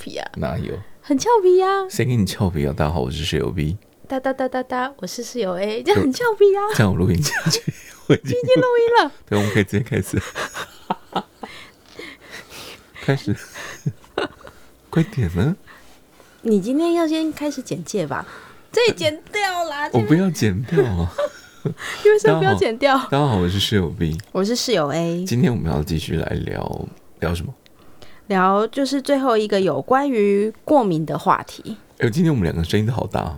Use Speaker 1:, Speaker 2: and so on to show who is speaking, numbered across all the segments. Speaker 1: 皮啊，
Speaker 2: 哪有？
Speaker 1: 很俏皮呀、
Speaker 2: 谁给你俏皮啊？大家好，我是室友 B，
Speaker 1: 哒哒哒哒哒，我是室友 A，这样很俏皮呀、啊。
Speaker 2: 这样我录音下去，我 已经
Speaker 1: 已经录音了，
Speaker 2: 对，我们可以直接 开始，开始， 快点啊呢！
Speaker 1: 你今天要先开始简介吧，这里剪掉啦，
Speaker 2: 我
Speaker 1: 这
Speaker 2: 不要剪掉啊！
Speaker 1: 因为什么不
Speaker 2: 大家
Speaker 1: 要
Speaker 2: 好
Speaker 1: 剪掉？
Speaker 2: 大家好，我是室友 B，
Speaker 1: 我是室友 A，
Speaker 2: 今天我们要继续来聊聊什么？
Speaker 1: 聊就是最后一个有关于过敏的话题。
Speaker 2: 哎、今天我们两个声音都好大哦，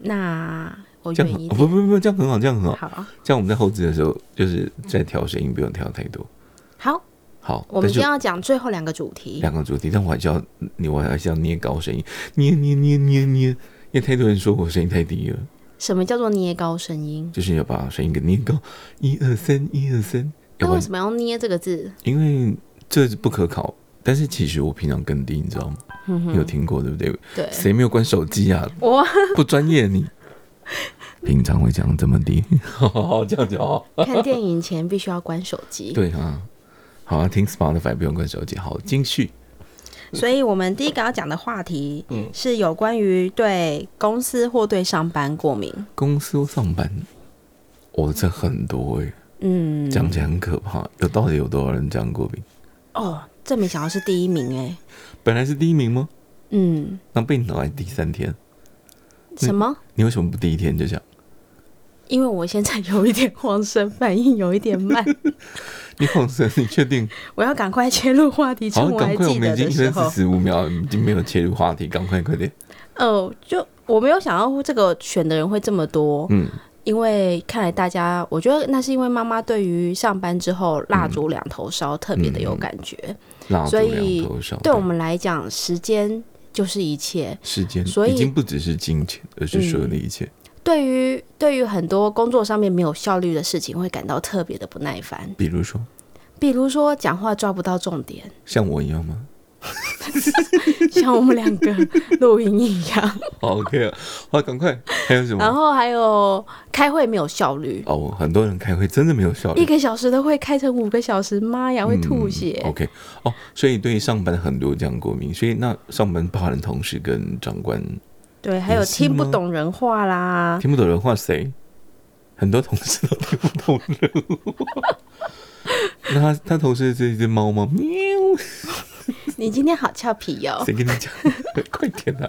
Speaker 1: 那我
Speaker 2: 这样
Speaker 1: 远
Speaker 2: 很
Speaker 1: 一
Speaker 2: 哦不
Speaker 1: 点，
Speaker 2: 不不，这样很好，这样很好，
Speaker 1: 好
Speaker 2: 这样我们在后置的时候就是在调声音，不用调太多。
Speaker 1: 好，
Speaker 2: 好，
Speaker 1: 我们
Speaker 2: 但是
Speaker 1: 今天要讲最后两个主题。
Speaker 2: 两个主题，但我还是要你，我还是要捏高声音，捏捏捏捏捏，因为太多人说我声音太低了，
Speaker 1: 什么叫做捏高声音？
Speaker 2: 就是你要把声音给捏高，一二三，一二三，
Speaker 1: 那
Speaker 2: 要不
Speaker 1: 为
Speaker 2: 然
Speaker 1: 什么要捏这个字？
Speaker 2: 因为这是不可考。但是其实我平常更低，你知道吗？
Speaker 1: 嗯
Speaker 2: 你有听过对不对？
Speaker 1: 对，
Speaker 2: 谁没有关手机啊？
Speaker 1: 我
Speaker 2: 不专业你，平常会讲这么低，好这样就好。
Speaker 1: 看电影前必须要关手机。
Speaker 2: 对啊，好啊，听 Spotify 不用关手机。好，继续。嗯
Speaker 1: 所以，我们第一个要讲的话题，是有关于对公司或对上班过敏。
Speaker 2: 公司或上班，我、这很多哎、
Speaker 1: 嗯，
Speaker 2: 讲起来很可怕。有到底有多少人这样过敏？
Speaker 1: 哦，这没想到是第一名哎、
Speaker 2: 本来是第一名吗？
Speaker 1: 嗯，
Speaker 2: 那被你拿来第三天，嗯
Speaker 1: 什么？
Speaker 2: 你为什么不第一天就讲？
Speaker 1: 因为我现在有一点慌神，反应有一点 慢，
Speaker 2: 你好神，你 确定？
Speaker 1: 我要赶快切入话题，趁
Speaker 2: 好，
Speaker 1: 我
Speaker 2: 赶
Speaker 1: 还
Speaker 2: 快，我
Speaker 1: 记
Speaker 2: 们
Speaker 1: 得
Speaker 2: 已经
Speaker 1: 的
Speaker 2: 一
Speaker 1: 时
Speaker 2: 分
Speaker 1: 候
Speaker 2: 四。十五秒，已经没有切入话题，赶快快点。
Speaker 1: 哦、就我没有想到这个选的人会这么多，
Speaker 2: 嗯，
Speaker 1: 因为看来大家，我觉得那是因为妈妈对于上班之后蜡烛两头烧特别的
Speaker 2: 嗯
Speaker 1: 有感觉。
Speaker 2: 蜡烛
Speaker 1: 所以
Speaker 2: 两头烧，
Speaker 1: 对我们来讲，时间就是一切。
Speaker 2: 时间
Speaker 1: 所以嗯
Speaker 2: 已经不只是金钱，而是所有的一切。
Speaker 1: 对于对于很多工作上面没有效率的事情，会感到特别的不耐烦。
Speaker 2: 比如说，
Speaker 1: 比如说讲话抓不到重点，
Speaker 2: 像我一 样吗
Speaker 1: 像我们两 个录音一样。
Speaker 2: 好？OK 啊，好，赶快。还有什
Speaker 1: 然
Speaker 2: 么？
Speaker 1: 后还有开会没有效率，
Speaker 2: 哦，很多人开会真的没有效率
Speaker 1: 一，个小时的会开成五个小时，妈呀，会吐血。
Speaker 2: 哦嗯 OK，哦，所以对上班很多这样过敏，所以那上班包含同事跟长官
Speaker 1: 对，还有
Speaker 2: 也是吗
Speaker 1: 听不懂人话啦。
Speaker 2: 听不懂人话谁？很多同事都听不懂人话。 那他他同事是一只猫吗？喵！
Speaker 1: 你今天好俏皮哦。
Speaker 2: 谁跟你讲？ 快点啊！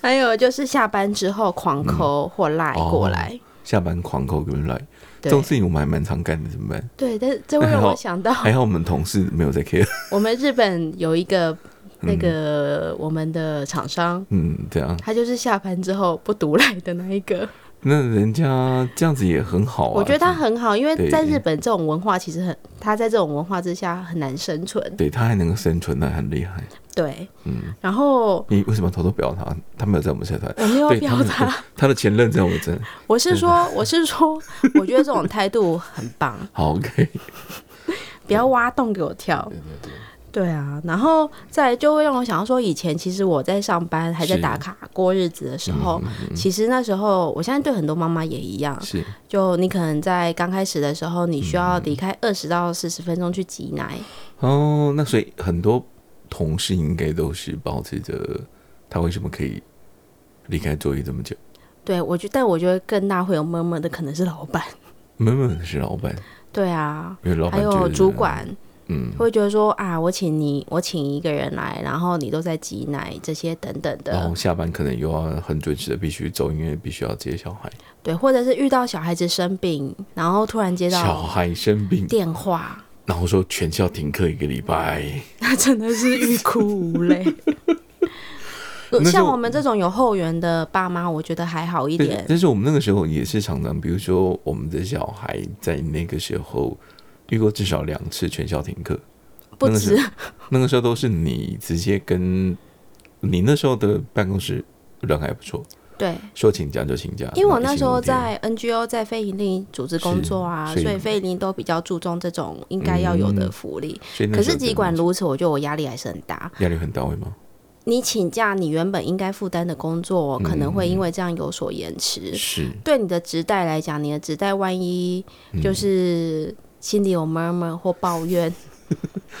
Speaker 1: 还有就是下班之后
Speaker 2: 嗯
Speaker 1: 狂抠或赖过来。
Speaker 2: 下班狂扣跟来，哦这种
Speaker 1: 对
Speaker 2: 哎事情我们还蛮常干的，怎么办？
Speaker 1: 对，但是这会让我想到
Speaker 2: 还好我们同事没有在 care。
Speaker 1: 我们日本有一个那个我们的厂商，
Speaker 2: 嗯，这样，
Speaker 1: 他就是下班之后不独来的那一个。
Speaker 2: 那人家这样子也很好啊。
Speaker 1: 我觉得他很好，因为
Speaker 2: 对
Speaker 1: 在日本这种文化其实很，他在这种文化之下很难生存。
Speaker 2: 对他还能够生存，那啊很厉害。
Speaker 1: 对，
Speaker 2: 嗯，
Speaker 1: 然后
Speaker 2: 你为什么要偷偷表他？他没有在我们社团。
Speaker 1: 我没有
Speaker 2: 对
Speaker 1: 表
Speaker 2: 他
Speaker 1: 达，
Speaker 2: 们他的前任在我这。
Speaker 1: 我是说，我是说， 我觉得这种态度很棒，
Speaker 2: 好，OK，
Speaker 1: 不要挖洞给我跳。对啊，然后再来就会让我想到说，以前其实我在上班还在
Speaker 2: 是嗯
Speaker 1: 打卡过日子的时候，其实那时候我现在对很多妈妈也一样，
Speaker 2: 是
Speaker 1: 就你可能在刚开始的时候，你需要离开二十到四十分钟去挤奶，
Speaker 2: 哦。那所以很多同事应该都是保持着他为什么可以离开作业这么久？
Speaker 1: 对我觉，但我觉得更大会有闷闷的可能是老板，
Speaker 2: 闷闷是老板，
Speaker 1: 对啊，
Speaker 2: 因为老板
Speaker 1: 还
Speaker 2: 觉
Speaker 1: 有
Speaker 2: 得
Speaker 1: 主，管
Speaker 2: 嗯，
Speaker 1: 会觉得说啊，我请你，我请一个人来，然后你都在挤奶这些等等的，
Speaker 2: 然后下班可能又要很准时的必须走，因为必须要接小孩。
Speaker 1: 对，或者是遇到小孩子生病，然后突然接
Speaker 2: 小
Speaker 1: 到
Speaker 2: 孩生病，
Speaker 1: 电话，
Speaker 2: 然后说全校停课一个礼拜，
Speaker 1: 那真的是欲哭无泪。
Speaker 2: 那时
Speaker 1: 像
Speaker 2: 候
Speaker 1: 我们这种有后援的爸妈，我觉得还好一
Speaker 2: 对
Speaker 1: 点，。
Speaker 2: 但是我们那个时候也是常常，比如说我们的小孩在那个时候遇过至少两次全校停课，
Speaker 1: 不
Speaker 2: 那个
Speaker 1: 止
Speaker 2: 时那个时候都是你直接跟你那时候的办公室人还不错，
Speaker 1: 对，
Speaker 2: 说请假就请假。
Speaker 1: 因为我
Speaker 2: 啊那
Speaker 1: 那
Speaker 2: 一
Speaker 1: 时
Speaker 2: 星
Speaker 1: 候
Speaker 2: 期天
Speaker 1: 在 NGO 在非营利组织工作啊，
Speaker 2: 是
Speaker 1: 所
Speaker 2: 所
Speaker 1: 以
Speaker 2: 以
Speaker 1: 非营利都比较注重这种应该要有的福利。
Speaker 2: 所以那
Speaker 1: 可
Speaker 2: 时候
Speaker 1: 是尽管
Speaker 2: 真的
Speaker 1: 如此，我觉得我压力还是很大。
Speaker 2: 压力很大，会吗？
Speaker 1: 你请假，你原本应该负担的工作，可能会
Speaker 2: 嗯
Speaker 1: 因为这样有所延迟。
Speaker 2: 是，
Speaker 1: 对你的职代来讲，你的职代万一
Speaker 2: 嗯
Speaker 1: 就是心里有 murmur 或抱怨，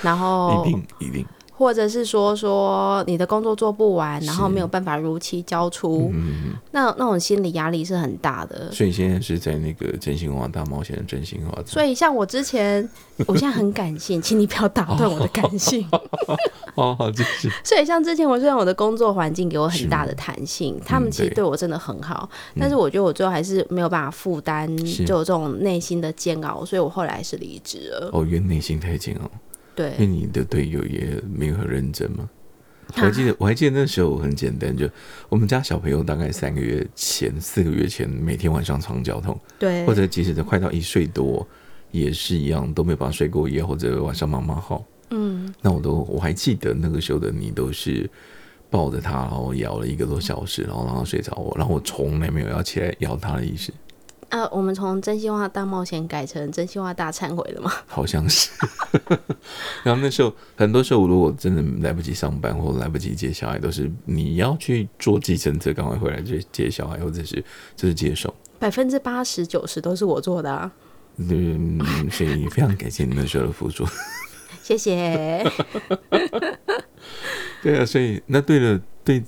Speaker 1: 然后
Speaker 2: 一定一定
Speaker 1: 或者是说说你的工作做不完，然后
Speaker 2: 是
Speaker 1: 没有办法如期交出，
Speaker 2: 嗯，
Speaker 1: 那那种心理压力是很大的。
Speaker 2: 所以现在是在那个真心话大冒险的真心话，
Speaker 1: 所以像我之前，我现在很感性，请你不要打断我的感 性。
Speaker 2: 哦，好，继续，
Speaker 1: 所以像之前，我虽然我的工作环境给我很大的弹性，他们其实
Speaker 2: 对
Speaker 1: 对我真的很好，但是我觉得我最后还是没有办法负担
Speaker 2: 嗯是
Speaker 1: 就有这种内心的煎熬，所以我后来是离职了。
Speaker 2: 哦，原内心太煎熬，因为
Speaker 1: 呃对，
Speaker 2: 你的队友也没有很认真嘛。我还记得，我还记得那时候很简单，就我们家小朋友大概三个月前、四个月前，每天晚上常交通，
Speaker 1: 对，
Speaker 2: 或者即使是快到一岁多，也是一样，都没办法睡过夜，或者晚上妈妈好。
Speaker 1: 嗯，
Speaker 2: 那我都我还记得那个时候的你都是抱着他，然后摇了一个多小时，然后让他睡着我，然后我从来没有要起来摇他的意识，
Speaker 1: 呃，我们从真心话大冒险改成真心话大忏悔了吗？
Speaker 2: 好像是。 然后那时候很多时候，如果真的来不及上班或来不及接小孩，都是你要去坐计程车，赶快回来接接小孩，或者是就是接手。
Speaker 1: 百分之八十九十都是我做的、啊，
Speaker 2: 嗯，所以非常感谢你那时候的付出。
Speaker 1: 谢 谢。
Speaker 2: 对啊，所以那对了，对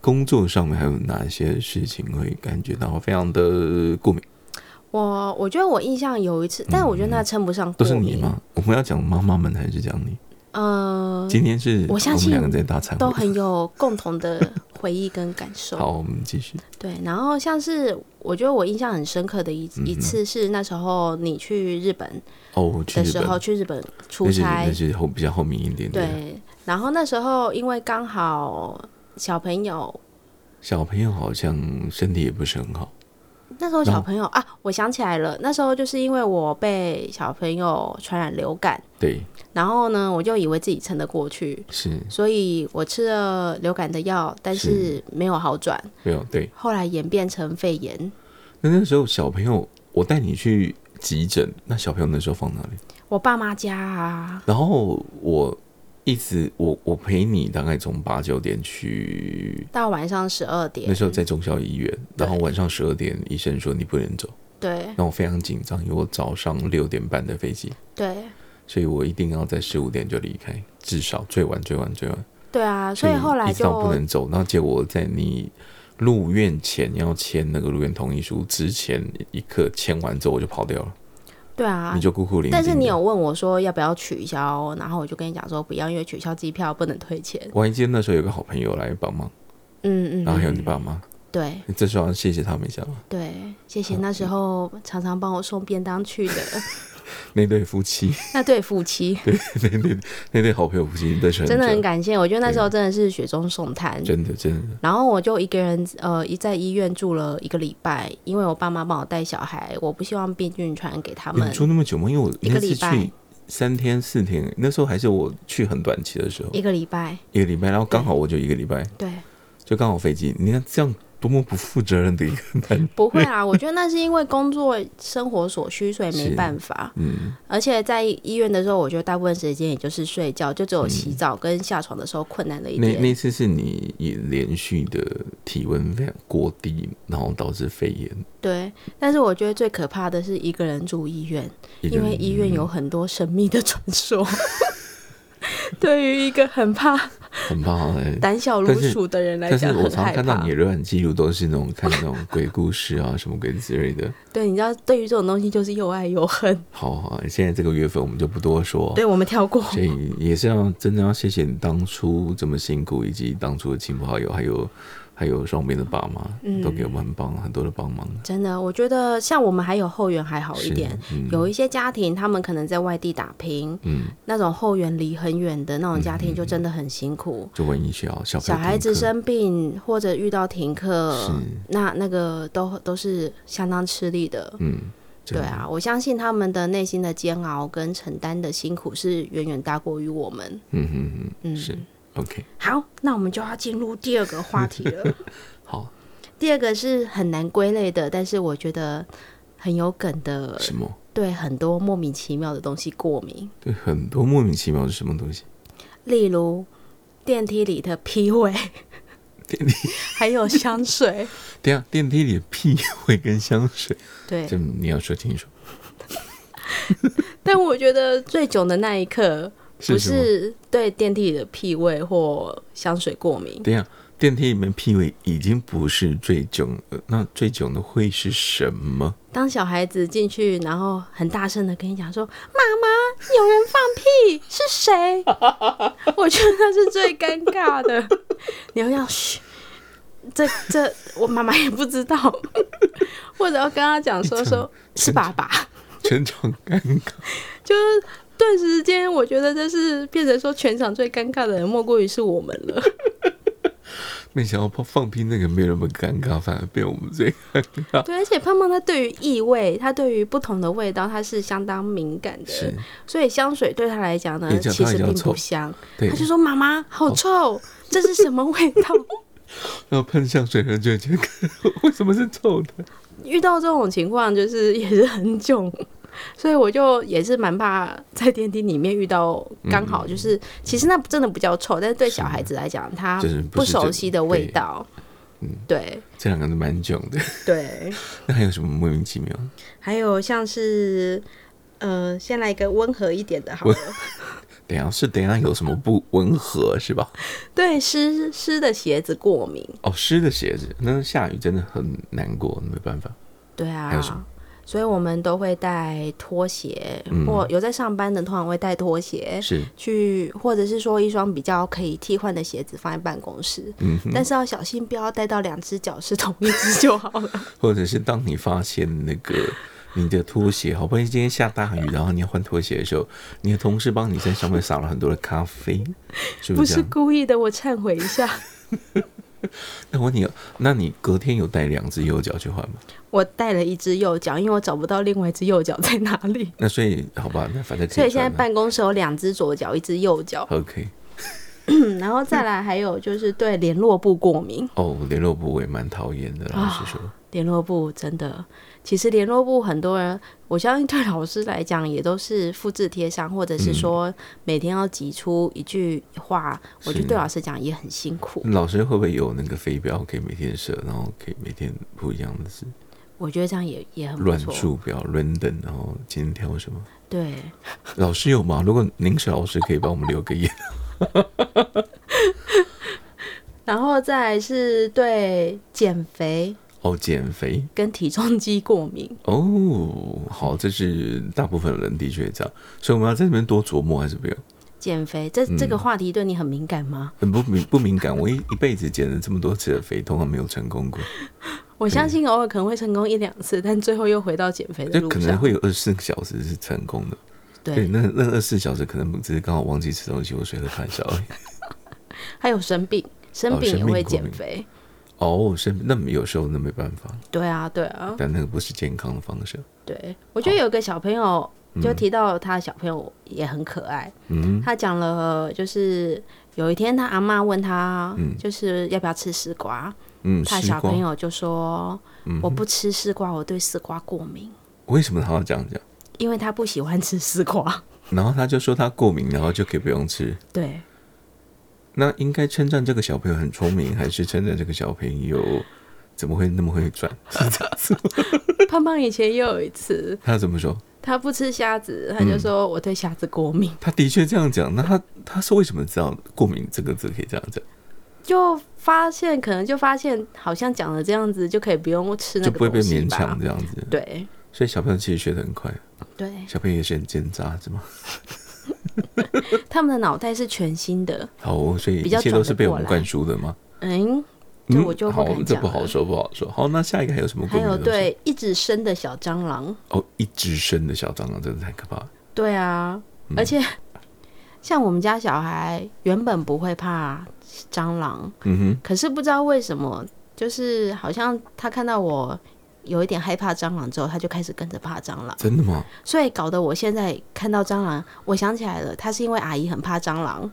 Speaker 2: 工作上面还有哪些事情会感觉到非常的过敏？
Speaker 1: 我我觉得我印象有一次，但我觉得那称不上
Speaker 2: 都
Speaker 1: 过
Speaker 2: 是
Speaker 1: 敏。
Speaker 2: 你吗？我们要讲妈妈们还是讲你？
Speaker 1: 呃，
Speaker 2: 今天是
Speaker 1: 我相信
Speaker 2: 们两个在大餐
Speaker 1: 都很有共同的回忆跟感受。
Speaker 2: 好，我们继续。
Speaker 1: 对，然后像是我觉得我印象很深刻的一、
Speaker 2: 嗯
Speaker 1: 一次是那时候你去日本
Speaker 2: 哦，我去
Speaker 1: 的
Speaker 2: 日
Speaker 1: 时
Speaker 2: 本
Speaker 1: 候，去日本出
Speaker 2: 那是
Speaker 1: 差
Speaker 2: 那，是后比较后面一点点。
Speaker 1: 对，然后那时候因为刚好小朋友，
Speaker 2: 小朋友好像身体也不是很好，
Speaker 1: 那时候小
Speaker 2: 然后
Speaker 1: 朋友啊，我想起来了，那时候就是因为我被小朋友传染流感，
Speaker 2: 对，
Speaker 1: 然后呢，我就以为自己撑得过去。
Speaker 2: 是
Speaker 1: 所以我吃了流感的药，但是没有好转，
Speaker 2: 没有对。
Speaker 1: 后来演变成肺炎。
Speaker 2: 那那时候小朋友，我带你去急诊，那小朋友那时候放哪里？
Speaker 1: 我爸妈家啊，
Speaker 2: 然后我一直我我陪你大概从八九点去，
Speaker 1: 到晚上十二点
Speaker 2: 那，时候在中校医院，然后晚上十二点医生说你不能走，
Speaker 1: 对
Speaker 2: 那我非常紧张，因为我早上六点半的飞机，
Speaker 1: 对
Speaker 2: 所以我一定要在十五点就离开，至少最晚最晚最晚。
Speaker 1: 对啊，所以后来
Speaker 2: 一直到不
Speaker 1: 就
Speaker 2: 能走，然后结果我在你入院前要签那个入院同意书之前一刻签完之后我就跑掉了，
Speaker 1: 对啊
Speaker 2: 你。就孤苦伶仃。
Speaker 1: 但是你有，问我说要不要取消，然后我就跟你讲说不要，因为取消机票不能退 钱。
Speaker 2: 我还记得那时候有个好朋友来帮忙，
Speaker 1: 嗯嗯，
Speaker 2: 然后还有你
Speaker 1: 嗯
Speaker 2: 爸妈，
Speaker 1: 对
Speaker 2: 这时候要谢谢他们一下吧，
Speaker 1: 对，谢谢那时候常常帮我送便当 去的
Speaker 2: 那对夫 妻，
Speaker 1: 那对夫妻，
Speaker 2: 那对那对好朋友夫妻，真是很
Speaker 1: 真的
Speaker 2: 久
Speaker 1: 很感谢。我觉得那时候真的是雪中送炭，
Speaker 2: 真的真的
Speaker 1: 然后我就一个人，呃，一在医院住了一个礼拜，因为我爸妈帮我带小孩，我不希望病菌传染给他
Speaker 2: 欸
Speaker 1: 们
Speaker 2: 你。住那么久吗？因为我
Speaker 1: 一个
Speaker 2: 那
Speaker 1: 礼
Speaker 2: 次
Speaker 1: 拜
Speaker 2: 去三天四天，那时候还是我去很短期的时候，
Speaker 1: 一个礼拜，
Speaker 2: 一个礼拜，然后刚好我就一个礼拜，
Speaker 1: 对，
Speaker 2: 就刚好飞机，你看这样多么不负责任的一个男，
Speaker 1: 不会 啊，我觉得那是因为工作生活所需，所以没办法。
Speaker 2: 嗯。
Speaker 1: 而且在医院的时候，我觉得大部分时间也就是睡觉，就只有洗澡跟下床的时候困难了一
Speaker 2: 那
Speaker 1: 点。
Speaker 2: 那次是你也连续的体温非常过低，然后导致肺炎，
Speaker 1: 对，但是我觉得最可怕的是一个人住医院，
Speaker 2: 一个
Speaker 1: 因为
Speaker 2: 人
Speaker 1: 医院有很多神秘的传说。
Speaker 2: 嗯
Speaker 1: 对于一个很怕
Speaker 2: 很怕 欸
Speaker 1: 胆小如
Speaker 2: 但是
Speaker 1: 鼠的人来
Speaker 2: 但是
Speaker 1: 讲，
Speaker 2: 我
Speaker 1: 很
Speaker 2: 常
Speaker 1: 害
Speaker 2: 常看到
Speaker 1: 怕
Speaker 2: 你。的浏览记录都是那种看那种鬼故事啊，什么鬼之类的。
Speaker 1: 对，你知道，对于这种东西就是又爱又恨。
Speaker 2: 好好，现在这个月份我们就不多说，
Speaker 1: 对，我们跳过。
Speaker 2: 所以也是要真的要谢谢你当初这么辛苦，以及当初的亲朋好友，还有还有双边的爸妈，都给我们很帮很多的帮忙。
Speaker 1: 真的，我觉得像我们还有后援还好一
Speaker 2: 是
Speaker 1: 点，，
Speaker 2: 嗯
Speaker 1: 有一些家庭他们可能在外地打拼，
Speaker 2: 嗯，
Speaker 1: 那种后援离很远的那种家庭就真的很辛苦。
Speaker 2: 就文艺学校小朋友
Speaker 1: 小孩
Speaker 2: 听
Speaker 1: 子
Speaker 2: 课
Speaker 1: 生病或者遇到停课
Speaker 2: 嗯是，
Speaker 1: 那那个都都是相当吃力的。
Speaker 2: 嗯，
Speaker 1: 对
Speaker 2: 真的，
Speaker 1: 啊，我相信他们的内心的煎熬跟承担的辛苦是远远大过于我们。
Speaker 2: 嗯嗯
Speaker 1: 嗯
Speaker 2: 嗯，是 OK，
Speaker 1: 好，那我们就要进入第二个话题 了。
Speaker 2: 好，
Speaker 1: 第二个是很难归类的，但是我觉得很有梗的，
Speaker 2: 什么？
Speaker 1: 对很多莫名其妙的东西过敏，
Speaker 2: 对，很多莫名其妙是什么东西？
Speaker 1: 例如电梯里的屁味，
Speaker 2: 电梯，
Speaker 1: 还有香 水。
Speaker 2: 等一下电梯里的屁味跟香水，
Speaker 1: 对
Speaker 2: 这，你要说清楚。
Speaker 1: 但我觉得最囧的那一刻不
Speaker 2: 是什么？
Speaker 1: 是对电梯里的屁味或香水过敏。
Speaker 2: 等一下，电梯里面屁味已经不是最囧了，那最囧的会是什么？
Speaker 1: 当小孩子进去，然后很大声的跟你讲说：“妈妈，有人放屁，是谁？” 我觉得那是最尴尬的。 你要要嘘，这这我妈妈也不知道， 或者要跟他讲 说说是爸爸，
Speaker 2: 全场尴尬。
Speaker 1: 就是顿时间，我觉得这是变成说全场最尴尬的人，莫过于是我们 了。
Speaker 2: 没想到放放屁那个没有那么尴尬，反而被我们最尴尬。
Speaker 1: 对，而且胖胖他对于异味，他对于不同的味道，他是相当敏感的。
Speaker 2: 是，
Speaker 1: 所以香水对他来讲呢
Speaker 2: 也，叫
Speaker 1: 其
Speaker 2: 它
Speaker 1: 实
Speaker 2: 也叫
Speaker 1: 并
Speaker 2: 臭
Speaker 1: 不香。
Speaker 2: 对哦
Speaker 1: 他。就说：“妈妈，好臭， 这是什么味道
Speaker 2: 然后喷香水的人就会觉得， 为什么是臭的？？”
Speaker 1: 遇到这种情况，就是也是很囧， 所以我就也是蛮怕在电梯里面遇到刚
Speaker 2: 嗯
Speaker 1: 好就是，其实那真的不叫臭，但是对小孩子来讲，他
Speaker 2: 就是嗯不
Speaker 1: 不
Speaker 2: 是
Speaker 1: 熟
Speaker 2: 这
Speaker 1: 悉的味道。对
Speaker 2: 这两个都蛮囧的。
Speaker 1: 对，
Speaker 2: 那还有什么莫名其妙？
Speaker 1: 还有像是。呃，先来一个温和一点的，好了。
Speaker 2: 等一下是等一下有什么不温和是吧？
Speaker 1: 对湿湿的鞋子过敏，
Speaker 2: 哦，湿的鞋子，那下雨真的很难过，没办法。
Speaker 1: 对啊，
Speaker 2: 还有什么
Speaker 1: 所以我们都会带拖鞋，
Speaker 2: 嗯
Speaker 1: 或有在上班的通常会带拖鞋
Speaker 2: 是，
Speaker 1: 去，或者是说一双比较可以替换的鞋子放在办公室，
Speaker 2: 嗯哼，
Speaker 1: 但是要小心，不要带到两只脚是同一只就好了。
Speaker 2: 或者 是当你发现那个你的拖鞋，好不容易今天下大雨，然后你要换拖鞋的时候，你的同事帮你在上面撒了很多的咖啡，是
Speaker 1: 不
Speaker 2: 是这
Speaker 1: 是
Speaker 2: 样？
Speaker 1: 故意的，我忏悔一下。
Speaker 2: 那我问你，那你隔天有带两只右脚去换吗？
Speaker 1: 我带了一只右脚，因为我找不到另外一只右脚在哪里，
Speaker 2: 那所以好吧，那反正
Speaker 1: 所
Speaker 2: 可
Speaker 1: 以现在
Speaker 2: 穿啊了。
Speaker 1: 办公室有两只左脚，一只右脚。
Speaker 2: OK，
Speaker 1: 嗯，然后再来还有就是对联络部过敏，
Speaker 2: 哦，联络部我也蛮讨厌的，老
Speaker 1: 啊
Speaker 2: 实说，
Speaker 1: 联络部真的，其实联络部很多人，我相信对老师来讲也都是复制贴上，或者是
Speaker 2: 嗯
Speaker 1: 说每天要挤出一句话，我觉得对老师讲也很辛苦。
Speaker 2: 老师会不会有那个飞镖可以每天射，然后可以每天不一样的字，
Speaker 1: 我觉得这样也也很不
Speaker 2: 乱
Speaker 1: 错。
Speaker 2: 数标、伦敦，然后今天挑什么？
Speaker 1: 对，
Speaker 2: 老师有吗？如果您是老师，可以帮我们留个言。
Speaker 1: 然后再来是对减肥
Speaker 2: 哦，减肥
Speaker 1: 跟体重机过敏。
Speaker 2: 哦，好，这是大部分人的确这样，所以我们要在这边多琢磨，还是不要？
Speaker 1: 减肥这
Speaker 2: 嗯
Speaker 1: 这个话题对你很敏感吗？
Speaker 2: 很不敏不敏感，我一一辈子减了这么多次的肥，通常没有成功过，
Speaker 1: 我相信偶尔可能会成功一两次，但最后又回到减肥的
Speaker 2: 就
Speaker 1: 路
Speaker 2: 可能
Speaker 1: 上。
Speaker 2: 会有二十四个小时是成功的。对，
Speaker 1: 对，
Speaker 2: 那那二十四小时可能只是刚好忘记吃东西，我水喝太少而已。
Speaker 1: 还有生病，生病
Speaker 2: 生
Speaker 1: 也
Speaker 2: 病
Speaker 1: 会
Speaker 2: 过
Speaker 1: 减
Speaker 2: 敏
Speaker 1: 肥。
Speaker 2: 哦，是那么有时候那没办法，
Speaker 1: 对啊，对啊。
Speaker 2: 但那个不是健康的方式。
Speaker 1: 对，我觉得有个小朋友就提到他小朋友也很可爱，
Speaker 2: 嗯，
Speaker 1: 他讲了就是有一天他阿妈问他
Speaker 2: 嗯
Speaker 1: 就是要不要吃丝瓜，
Speaker 2: 嗯，
Speaker 1: 他
Speaker 2: 西
Speaker 1: 小
Speaker 2: 瓜嗯
Speaker 1: 朋友就说、我不吃丝瓜，我对丝瓜过敏，
Speaker 2: 为什么他要这样讲？
Speaker 1: 因为他不喜欢吃丝瓜。
Speaker 2: 然后他就说他过敏，然后就可以不用吃。
Speaker 1: 对，
Speaker 2: 那应该称赞这个小朋友很聪明，还是称赞这个小朋友怎么会那么会转？
Speaker 1: 胖胖以前也有一次，
Speaker 2: 他怎么说？
Speaker 1: 他不吃虾子，他就
Speaker 2: 嗯
Speaker 1: 说我对虾子过敏，
Speaker 2: 他的确这样讲。那他他是为什么知道过敏这个字可以这样讲，
Speaker 1: 就发现可能就发现好像讲了这样子就可以不用吃那
Speaker 2: 就
Speaker 1: 个
Speaker 2: 不会被
Speaker 1: 东西
Speaker 2: 勉
Speaker 1: 吧
Speaker 2: 强这样子？
Speaker 1: 对
Speaker 2: 所以小朋友其实学得很快，
Speaker 1: 对，
Speaker 2: 小朋友也是很奸诈，是吗？
Speaker 1: 他们的脑袋是全新的。
Speaker 2: 好，所以
Speaker 1: 比
Speaker 2: 一
Speaker 1: 较
Speaker 2: 切
Speaker 1: 转
Speaker 2: 都
Speaker 1: 得
Speaker 2: 是被我
Speaker 1: 过
Speaker 2: 们
Speaker 1: 来
Speaker 2: 灌输的吗？
Speaker 1: 嗯，这
Speaker 2: 嗯，
Speaker 1: 我就不
Speaker 2: 好
Speaker 1: 敢，
Speaker 2: 这
Speaker 1: 讲
Speaker 2: 不好
Speaker 1: 了
Speaker 2: 说，不好说。好，那下一个还有什么过
Speaker 1: 还
Speaker 2: 敏的
Speaker 1: 有
Speaker 2: 东西？
Speaker 1: 对一直生的小蟑螂，
Speaker 2: 哦，一只生的小蟑螂真的太可怕了。
Speaker 1: 对啊，
Speaker 2: 嗯
Speaker 1: 而且像我们家小孩原本不会怕蟑螂，
Speaker 2: 嗯哼，
Speaker 1: 可是不知道为什么，就是好像他看到我有一点害怕蟑螂之后，他就开始跟着怕蟑螂，
Speaker 2: 真的吗？
Speaker 1: 所以搞得我现在看到蟑螂，我想起来了，他是因为阿姨很怕蟑螂，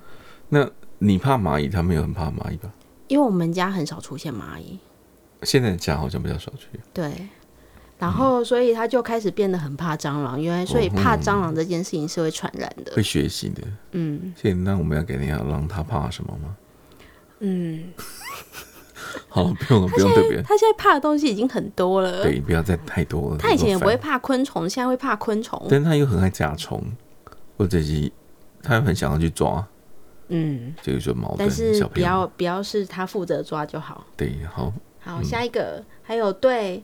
Speaker 2: 那你怕蚂蚁，他们也很怕蚂蚁吧？
Speaker 1: 因为我们家很少出现蚂蚁，
Speaker 2: 现在的家好像比较少去。
Speaker 1: 对。
Speaker 2: 嗯
Speaker 1: 然后，所以他就开始变得很怕蟑螂，原来所以怕蟑螂这件事情是会传染的。
Speaker 2: 会学习的。
Speaker 1: 嗯，
Speaker 2: 所以那我们要给人家让他怕什么吗？
Speaker 1: 嗯，
Speaker 2: 好，不用了，不用特别。
Speaker 1: 他现在怕的东西已经很多了。
Speaker 2: 对，不要再太多了。
Speaker 1: 他以前也不
Speaker 2: 很
Speaker 1: 会
Speaker 2: 烦，
Speaker 1: 怕昆虫，现在会怕昆虫。
Speaker 2: 但他又很爱甲虫，或者是他很想要去抓，
Speaker 1: 嗯，
Speaker 2: 这个就矛盾。
Speaker 1: 但是
Speaker 2: 小
Speaker 1: 不
Speaker 2: 朋友
Speaker 1: 要不要是他负责抓就好。
Speaker 2: 对，好，
Speaker 1: 好，下一个还有对，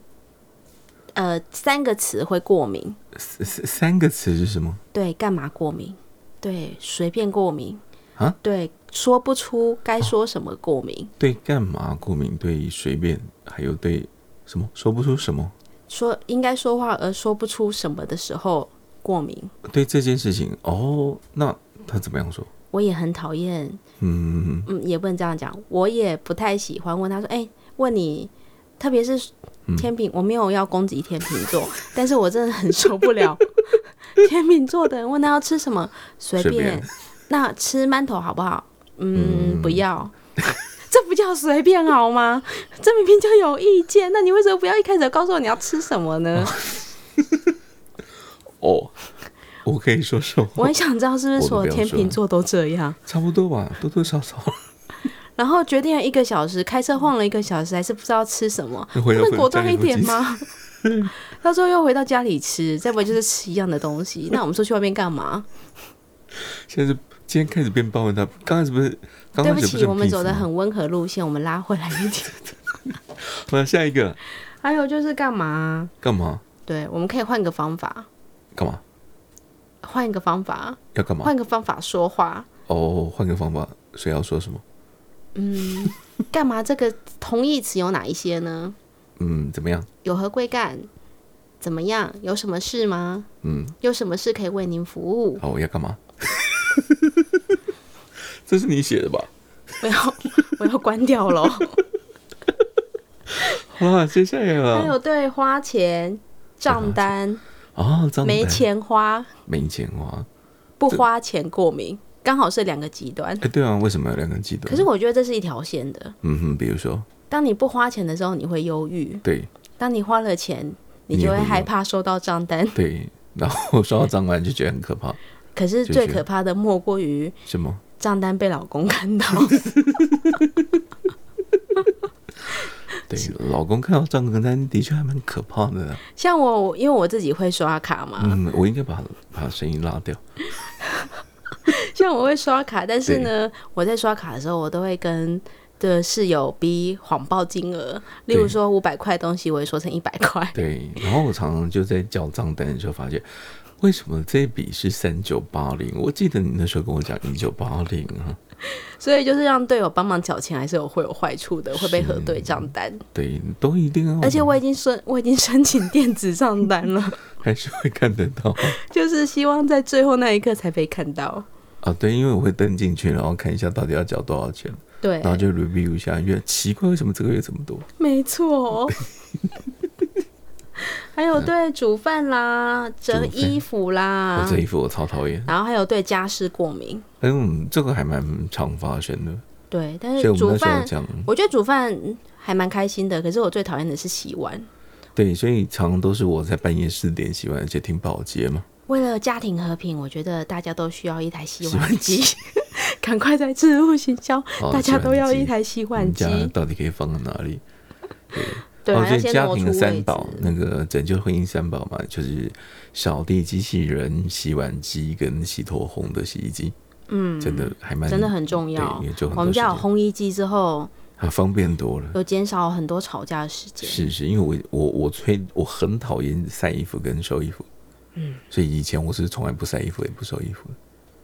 Speaker 1: 呃，三个词会过敏，
Speaker 2: 三三三个词是什么？
Speaker 1: 对，干嘛过敏？对，随便过敏
Speaker 2: 啊？
Speaker 1: 对，说不出该说什么过敏，
Speaker 2: 对干嘛过敏？对随便，还有对什么说不出什么？
Speaker 1: 说应该说话而说不出什么的时候过敏。
Speaker 2: 对这件事情哦，那他怎么样说？
Speaker 1: 我也很讨厌，
Speaker 2: 嗯，
Speaker 1: 嗯，也不能这样讲，我也不太喜欢问他说，哎、问你，特别是
Speaker 2: 嗯
Speaker 1: 天秤，我没有要攻击天秤座，但是我真的很受不了 天秤座的人问他要吃什么，随
Speaker 2: 随
Speaker 1: 便。
Speaker 2: 便
Speaker 1: 那吃馒头好不好？嗯，不要。 这不叫随便好吗？ 这明明就有意见，那你为什么不要一开始告诉我你要吃什么呢？
Speaker 2: 哦，我可以说 什
Speaker 1: 我
Speaker 2: 么？
Speaker 1: 很想知道是不是所有天秤座都这样。
Speaker 2: 差不多吧，多多少少。
Speaker 1: 然后决定了一个小时，开车晃了一个小时，还是不知道吃什 么，
Speaker 2: 又
Speaker 1: 不
Speaker 2: 回到
Speaker 1: 能果
Speaker 2: 家
Speaker 1: 断
Speaker 2: 里
Speaker 1: 一
Speaker 2: 附近
Speaker 1: 点吗？ 到时候又回到家里吃，再不然就是吃一样的东 西。那我们出去外面干嘛？
Speaker 2: 现在是今天开始变包文他，刚开始不是刚
Speaker 1: 对
Speaker 2: 开
Speaker 1: 不
Speaker 2: 始
Speaker 1: 起，
Speaker 2: 是
Speaker 1: 我们
Speaker 2: 屁
Speaker 1: 走的
Speaker 2: 吗。
Speaker 1: 很温和路线，我们拉回来一点。
Speaker 2: 好了，下一个
Speaker 1: 还有就是干嘛？
Speaker 2: 干嘛
Speaker 1: 对，我们可以换个方法，
Speaker 2: 干嘛
Speaker 1: 换一个方法，
Speaker 2: 要干嘛？
Speaker 1: 换个方法说话。
Speaker 2: 哦，换个方法，谁要说什么？
Speaker 1: 嗯，干嘛？这个同义词有哪一些呢？
Speaker 2: 嗯，怎么样？
Speaker 1: 有何贵干？怎么样？有什么事吗？
Speaker 2: 嗯，
Speaker 1: 有什么事可以为您服务？
Speaker 2: 哦，要干嘛？这是你写的吧？
Speaker 1: 我 要我要关掉了。
Speaker 2: 好啦，接下来
Speaker 1: 还
Speaker 2: 了
Speaker 1: 有对花钱、账单、
Speaker 2: 啊，张
Speaker 1: 没
Speaker 2: 丹，
Speaker 1: 钱花、
Speaker 2: 没钱花。
Speaker 1: 不花钱过敏，刚好是两个极端。
Speaker 2: 哎，对啊，为什么有两个人记得？
Speaker 1: 可是我觉得这是一条线的。
Speaker 2: 嗯哼，比如说，
Speaker 1: 当你不花钱的时候，你会忧郁；
Speaker 2: 对
Speaker 1: 当你花了钱，你
Speaker 2: 你也
Speaker 1: 就会
Speaker 2: 会
Speaker 1: 害
Speaker 2: 忧
Speaker 1: 怕收到账单。
Speaker 2: 对，然后说到脏玩就觉得很可怕，
Speaker 1: 可是
Speaker 2: 就
Speaker 1: 最
Speaker 2: 觉
Speaker 1: 可
Speaker 2: 得
Speaker 1: 怕的莫过于
Speaker 2: 什么？
Speaker 1: 账单被老公看到。
Speaker 2: 对，老公看到张根丹的确还蛮可怕的啊。
Speaker 1: 像我，因为我自己会刷卡嘛，
Speaker 2: 嗯，我应该把把声音拉掉。
Speaker 1: 像我会刷卡，但是呢，我在刷卡的时候，我都会跟的室友逼谎报金额，例如
Speaker 2: 对
Speaker 1: 说五百块的东西，我会说成一百块。
Speaker 2: 对，然后我常常就在叫账单的时候发现，为什么这笔是三九八零？我记得你那时候跟我讲一九八零啊。
Speaker 1: 所以就是让队友帮忙缴钱，还是有会有坏处的，会被核对账单。
Speaker 2: 对，都一定要，
Speaker 1: 而且我已经申，我已经申请电子账单了，
Speaker 2: 还是会看得到
Speaker 1: 就是希望在最后那一刻才被看到。
Speaker 2: 啊。对，因为我会登进去，然后看一下到底要缴多少钱，
Speaker 1: 对
Speaker 2: 然，后就 review 一下，因为奇怪为什么这个月这么多？
Speaker 1: 没 错。还有对煮饭啦、折
Speaker 2: 煮饭
Speaker 1: 衣服啦
Speaker 2: 我，这衣服我超讨厌。
Speaker 1: 然后还有对家事过敏。
Speaker 2: 嗯，这个还蛮常发生的，
Speaker 1: 对，但
Speaker 2: 所以
Speaker 1: 是
Speaker 2: 我
Speaker 1: 煮
Speaker 2: 们那时
Speaker 1: 饭
Speaker 2: 候讲，
Speaker 1: 我觉得煮饭还蛮开心的，可是我最讨厌的是洗碗。
Speaker 2: 对，所以常常都是我在半夜四点洗完，而且听保洁嘛，
Speaker 1: 为了家庭和平，我觉得大家都需要一台洗
Speaker 2: 洗
Speaker 1: 碗
Speaker 2: 碗
Speaker 1: 机。 赶快在置入行销，
Speaker 2: 哦
Speaker 1: 大家都要一台洗
Speaker 2: 洗碗
Speaker 1: 碗
Speaker 2: 机
Speaker 1: 机
Speaker 2: 你。们家到底可以放在哪里？
Speaker 1: 对
Speaker 2: 哦，
Speaker 1: 啊，
Speaker 2: 所
Speaker 1: 要
Speaker 2: 以
Speaker 1: 先
Speaker 2: 家
Speaker 1: 挪
Speaker 2: 庭
Speaker 1: 出
Speaker 2: 的
Speaker 1: 位
Speaker 2: 三
Speaker 1: 置。
Speaker 2: 宝，那个拯救婚姻三宝嘛，就是扫地机器人、洗碗机跟洗头烘的洗衣机，
Speaker 1: 嗯，
Speaker 2: 真的还蛮
Speaker 1: 真的很重要
Speaker 2: 对，也就。很多
Speaker 1: 我们家有
Speaker 2: 时间
Speaker 1: 烘衣机之后，
Speaker 2: 啊方便多了。
Speaker 1: 有减少很多吵架的时间。
Speaker 2: 是是，因为我我我吹我很讨厌晒衣服跟收衣服，嗯，所以以前我是从来不晒衣服也不收衣服的。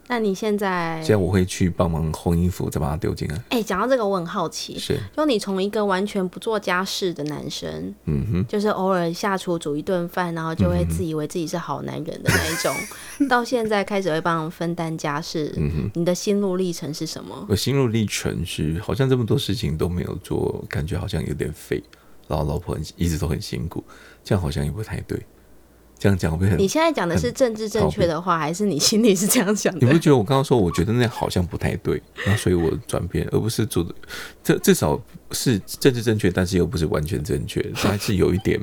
Speaker 1: 那你现在
Speaker 2: 现，在我会去帮忙烘衣服，再把它丢进来。
Speaker 1: 哎，讲到这个，我很好奇，
Speaker 2: 是，
Speaker 1: 就你从一个完全不做家事的男生，
Speaker 2: 嗯哼，
Speaker 1: 就是偶尔下厨煮一顿饭，然后就会自以为自己是好男人的那一种，
Speaker 2: 嗯
Speaker 1: 到现在开始会帮忙分担家事，你的心路历程是什么？
Speaker 2: 我心路历程是，好像这么多事情都没有做，感觉好像有点废。然后老婆很一直都很辛苦，这样好像也不太对。这样讲会不会很
Speaker 1: 你？现在讲的是政治正确的
Speaker 2: 嗯
Speaker 1: 话，还是你心里是这样想
Speaker 2: 你不
Speaker 1: 的？
Speaker 2: 觉得我刚刚说，我觉得那样好像不太对，那所以我转变，而不是做的，这至少是政治正确，但是又不是完全正确，它还是有一点，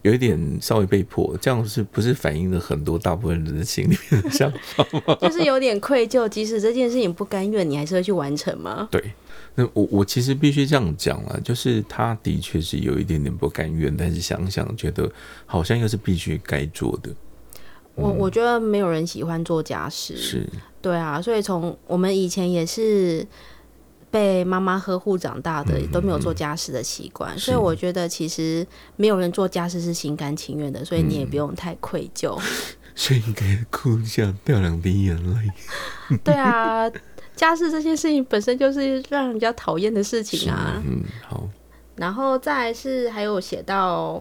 Speaker 2: 有一点稍微被迫，这样是不是反映了很多大部分人的心里面的想法
Speaker 1: 就是有点愧疚，即使这件事情不甘愿，你还是会去完成吗？
Speaker 2: 对，那我我其实必须这样讲了，就是他的确是
Speaker 1: 嗯
Speaker 2: 有一点点不甘愿，但是想想觉得好像又是必须该做的。
Speaker 1: 我我觉得没有人喜欢做家事，
Speaker 2: 嗯是
Speaker 1: 对啊，所以从我们以前也是被妈妈呵护长大的，
Speaker 2: 嗯
Speaker 1: 都没有做家事的习惯，所以我觉得其实没有人做家事是心甘情愿的，所以你也
Speaker 2: 嗯
Speaker 1: 不用太愧疚。
Speaker 2: 所以应该哭一下，掉两滴眼泪。
Speaker 1: 对啊，家事这件事情本身就是让人家讨厌的事情啊。
Speaker 2: 嗯，好，
Speaker 1: 然后再来是还有写到，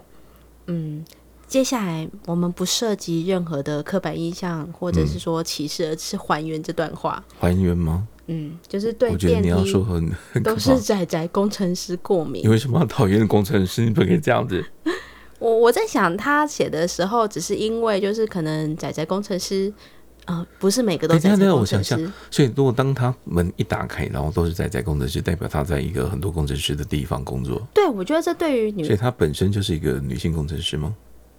Speaker 1: 嗯，接下来我们不涉及任何的刻板印象或者
Speaker 2: 嗯
Speaker 1: 是说歧视，而是还原这段话。
Speaker 2: 还原吗？
Speaker 1: 嗯，就是对
Speaker 2: 我觉得
Speaker 1: 电
Speaker 2: 你要说
Speaker 1: 梯
Speaker 2: 很很可
Speaker 1: 都
Speaker 2: 怕
Speaker 1: 是。仔仔工程师过
Speaker 2: 你
Speaker 1: 敏。
Speaker 2: 为什么要讨厌工程师？你不可以这样子。
Speaker 1: 我我在想他写的时候，只是因为就是可能仔仔工程师，呃，不是每个都
Speaker 2: 等一下
Speaker 1: 仔仔
Speaker 2: 等一下我
Speaker 1: 工
Speaker 2: 想
Speaker 1: 程
Speaker 2: 想
Speaker 1: 师。
Speaker 2: 所以，如果当他门一打开，然后都是在在工程师，代表他在一个很多工程师的地方工作，
Speaker 1: 对，我觉得这对于
Speaker 2: 所以
Speaker 1: 女
Speaker 2: 他本身就是一个女性工程师吗？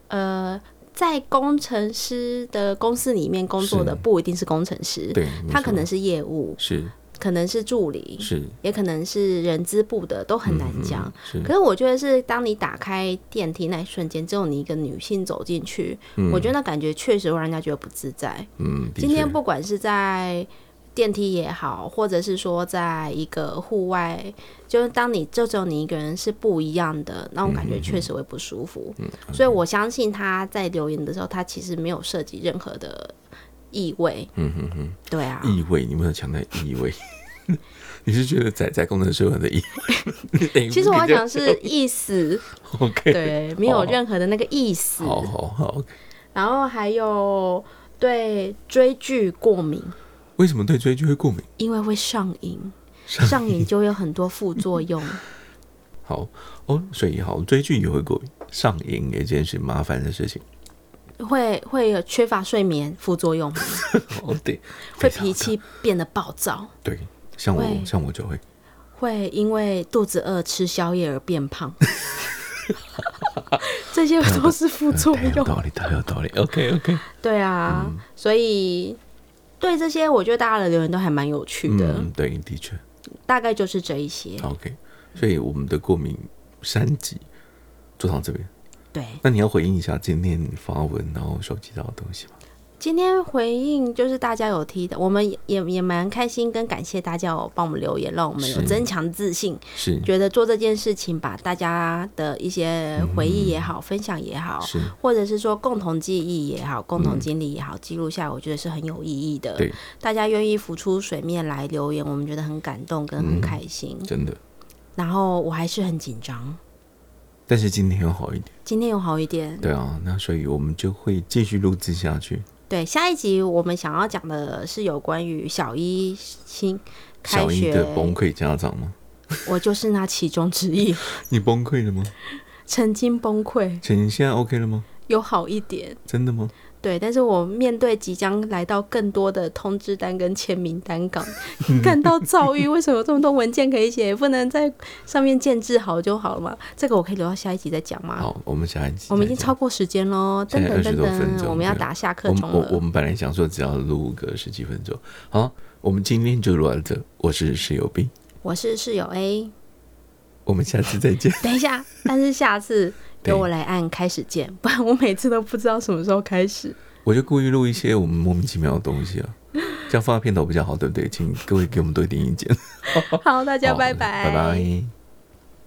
Speaker 1: 呃，在工程师的公司里面工作的
Speaker 2: 是
Speaker 1: 不一定是工程师，
Speaker 2: 对，
Speaker 1: 他
Speaker 2: 没错
Speaker 1: 可能是业务，
Speaker 2: 是
Speaker 1: 可能是助理，
Speaker 2: 是嗯
Speaker 1: 也可能是人资部的，都很难讲。
Speaker 2: 是
Speaker 1: 可是我觉得是，当你打开电梯那一瞬间，只有你一个女性走进去，我觉得那感觉确实会让人家觉得不自在。
Speaker 2: 嗯，的
Speaker 1: 今天
Speaker 2: 确
Speaker 1: 不管是在电梯也好，或者是说在一个户外，就是当你就只有你一个人是不一样的，那种感觉确实会不舒服。所以我相信他在留言的时候，他其实没有涉及任何的意味。嗯哼哼，对啊，
Speaker 2: 意味，你们有强调意味。 你是觉得仔仔工程师有很的意？ 哎
Speaker 1: 其实
Speaker 2: 不
Speaker 1: 我
Speaker 2: 可
Speaker 1: 要
Speaker 2: 以这
Speaker 1: 讲
Speaker 2: 样
Speaker 1: 的是意思，
Speaker 2: OK，
Speaker 1: 呃对，哦没有任何的那个意思。
Speaker 2: 好好好，
Speaker 1: 然后还有对追剧过敏，
Speaker 2: 为什么对追剧会过敏？
Speaker 1: 因为会上瘾，上瘾就会有很多副作用。
Speaker 2: 好哦，所以好追剧也会过敏，上瘾也件是麻烦的事情。
Speaker 1: 会会有缺乏睡眠副作用，
Speaker 2: 哦，对，
Speaker 1: 会
Speaker 2: 非常
Speaker 1: 脾气变得暴躁，
Speaker 2: 对，像我
Speaker 1: 会
Speaker 2: 像我 就会，
Speaker 1: 会因为肚子饿吃宵夜而变胖， 这些都是副 作
Speaker 2: 太哎有
Speaker 1: 用。
Speaker 2: 道理，太有道理。OK OK，
Speaker 1: 对啊，
Speaker 2: 嗯
Speaker 1: 所以对这些，我觉得大家的留言都还蛮有趣的，
Speaker 2: 嗯，对，的确
Speaker 1: 大概就是这一些。
Speaker 2: OK。所以我们的过敏三级做到这边，
Speaker 1: 对，
Speaker 2: 那你要回应一下今天你发文然后收集到的东西吗？
Speaker 1: 今天回应就是大家有提的，我们也也也蛮开心，跟感谢大家有帮我们留言，让我们有
Speaker 2: 是
Speaker 1: 增强自信。
Speaker 2: 是
Speaker 1: 觉得做这件事情，把大家的一些回忆也好、分享也好，
Speaker 2: 嗯是，嗯
Speaker 1: 或者是说共同记忆也好、共同经历也好，记录下来，我觉得是很有意义的。
Speaker 2: 对，
Speaker 1: 大家愿意浮出水面来留言，我们觉得很感动跟很开心。
Speaker 2: 真的。
Speaker 1: 然后我还是很紧张，
Speaker 2: 但是今天要好一点，
Speaker 1: 今天有好一点。
Speaker 2: 对啊，那所以我们就会继续录制下去。
Speaker 1: 对，下一集我们想要讲的是有关于小一新开
Speaker 2: 小英
Speaker 1: 学
Speaker 2: 的，崩溃家长吗？
Speaker 1: 我就是那其中之一，
Speaker 2: 你崩溃了吗？
Speaker 1: 曾经崩溃，
Speaker 2: 陈英现在 OK 了吗？
Speaker 1: 有好一点。
Speaker 2: 真的吗？
Speaker 1: 对，但是我面对即将来到更多的通知单跟签名单 岗，感到躁郁。为什么有这么多文件可以写，不能在上面建制好就好了嘛？这个我可以留到下一集再讲吗？
Speaker 2: 好，我们下一集再见。
Speaker 1: 我们已经超过时间喽，
Speaker 2: 现
Speaker 1: 等
Speaker 2: 在
Speaker 1: 等等
Speaker 2: 20多分
Speaker 1: 等，
Speaker 2: 钟
Speaker 1: 我们要
Speaker 2: 对
Speaker 1: 打下课
Speaker 2: 我们
Speaker 1: 钟
Speaker 2: 我我
Speaker 1: 了。
Speaker 2: 们本来想说只要录个十几分钟，好，我们今天就录到这。我是石油兵，
Speaker 1: 我是室友 A，
Speaker 2: 我们下次再 见。
Speaker 1: 等一下，但是下次
Speaker 2: 对
Speaker 1: 由我来按开始键，不然我每次都不知道什么时候开始。
Speaker 2: 我就故意录一些我们莫名其妙的东西啊，哦这样放在片头比较好，对不对？请各位给我们多一点意见。
Speaker 1: 好，大家
Speaker 2: 好
Speaker 1: 拜
Speaker 2: 拜拜。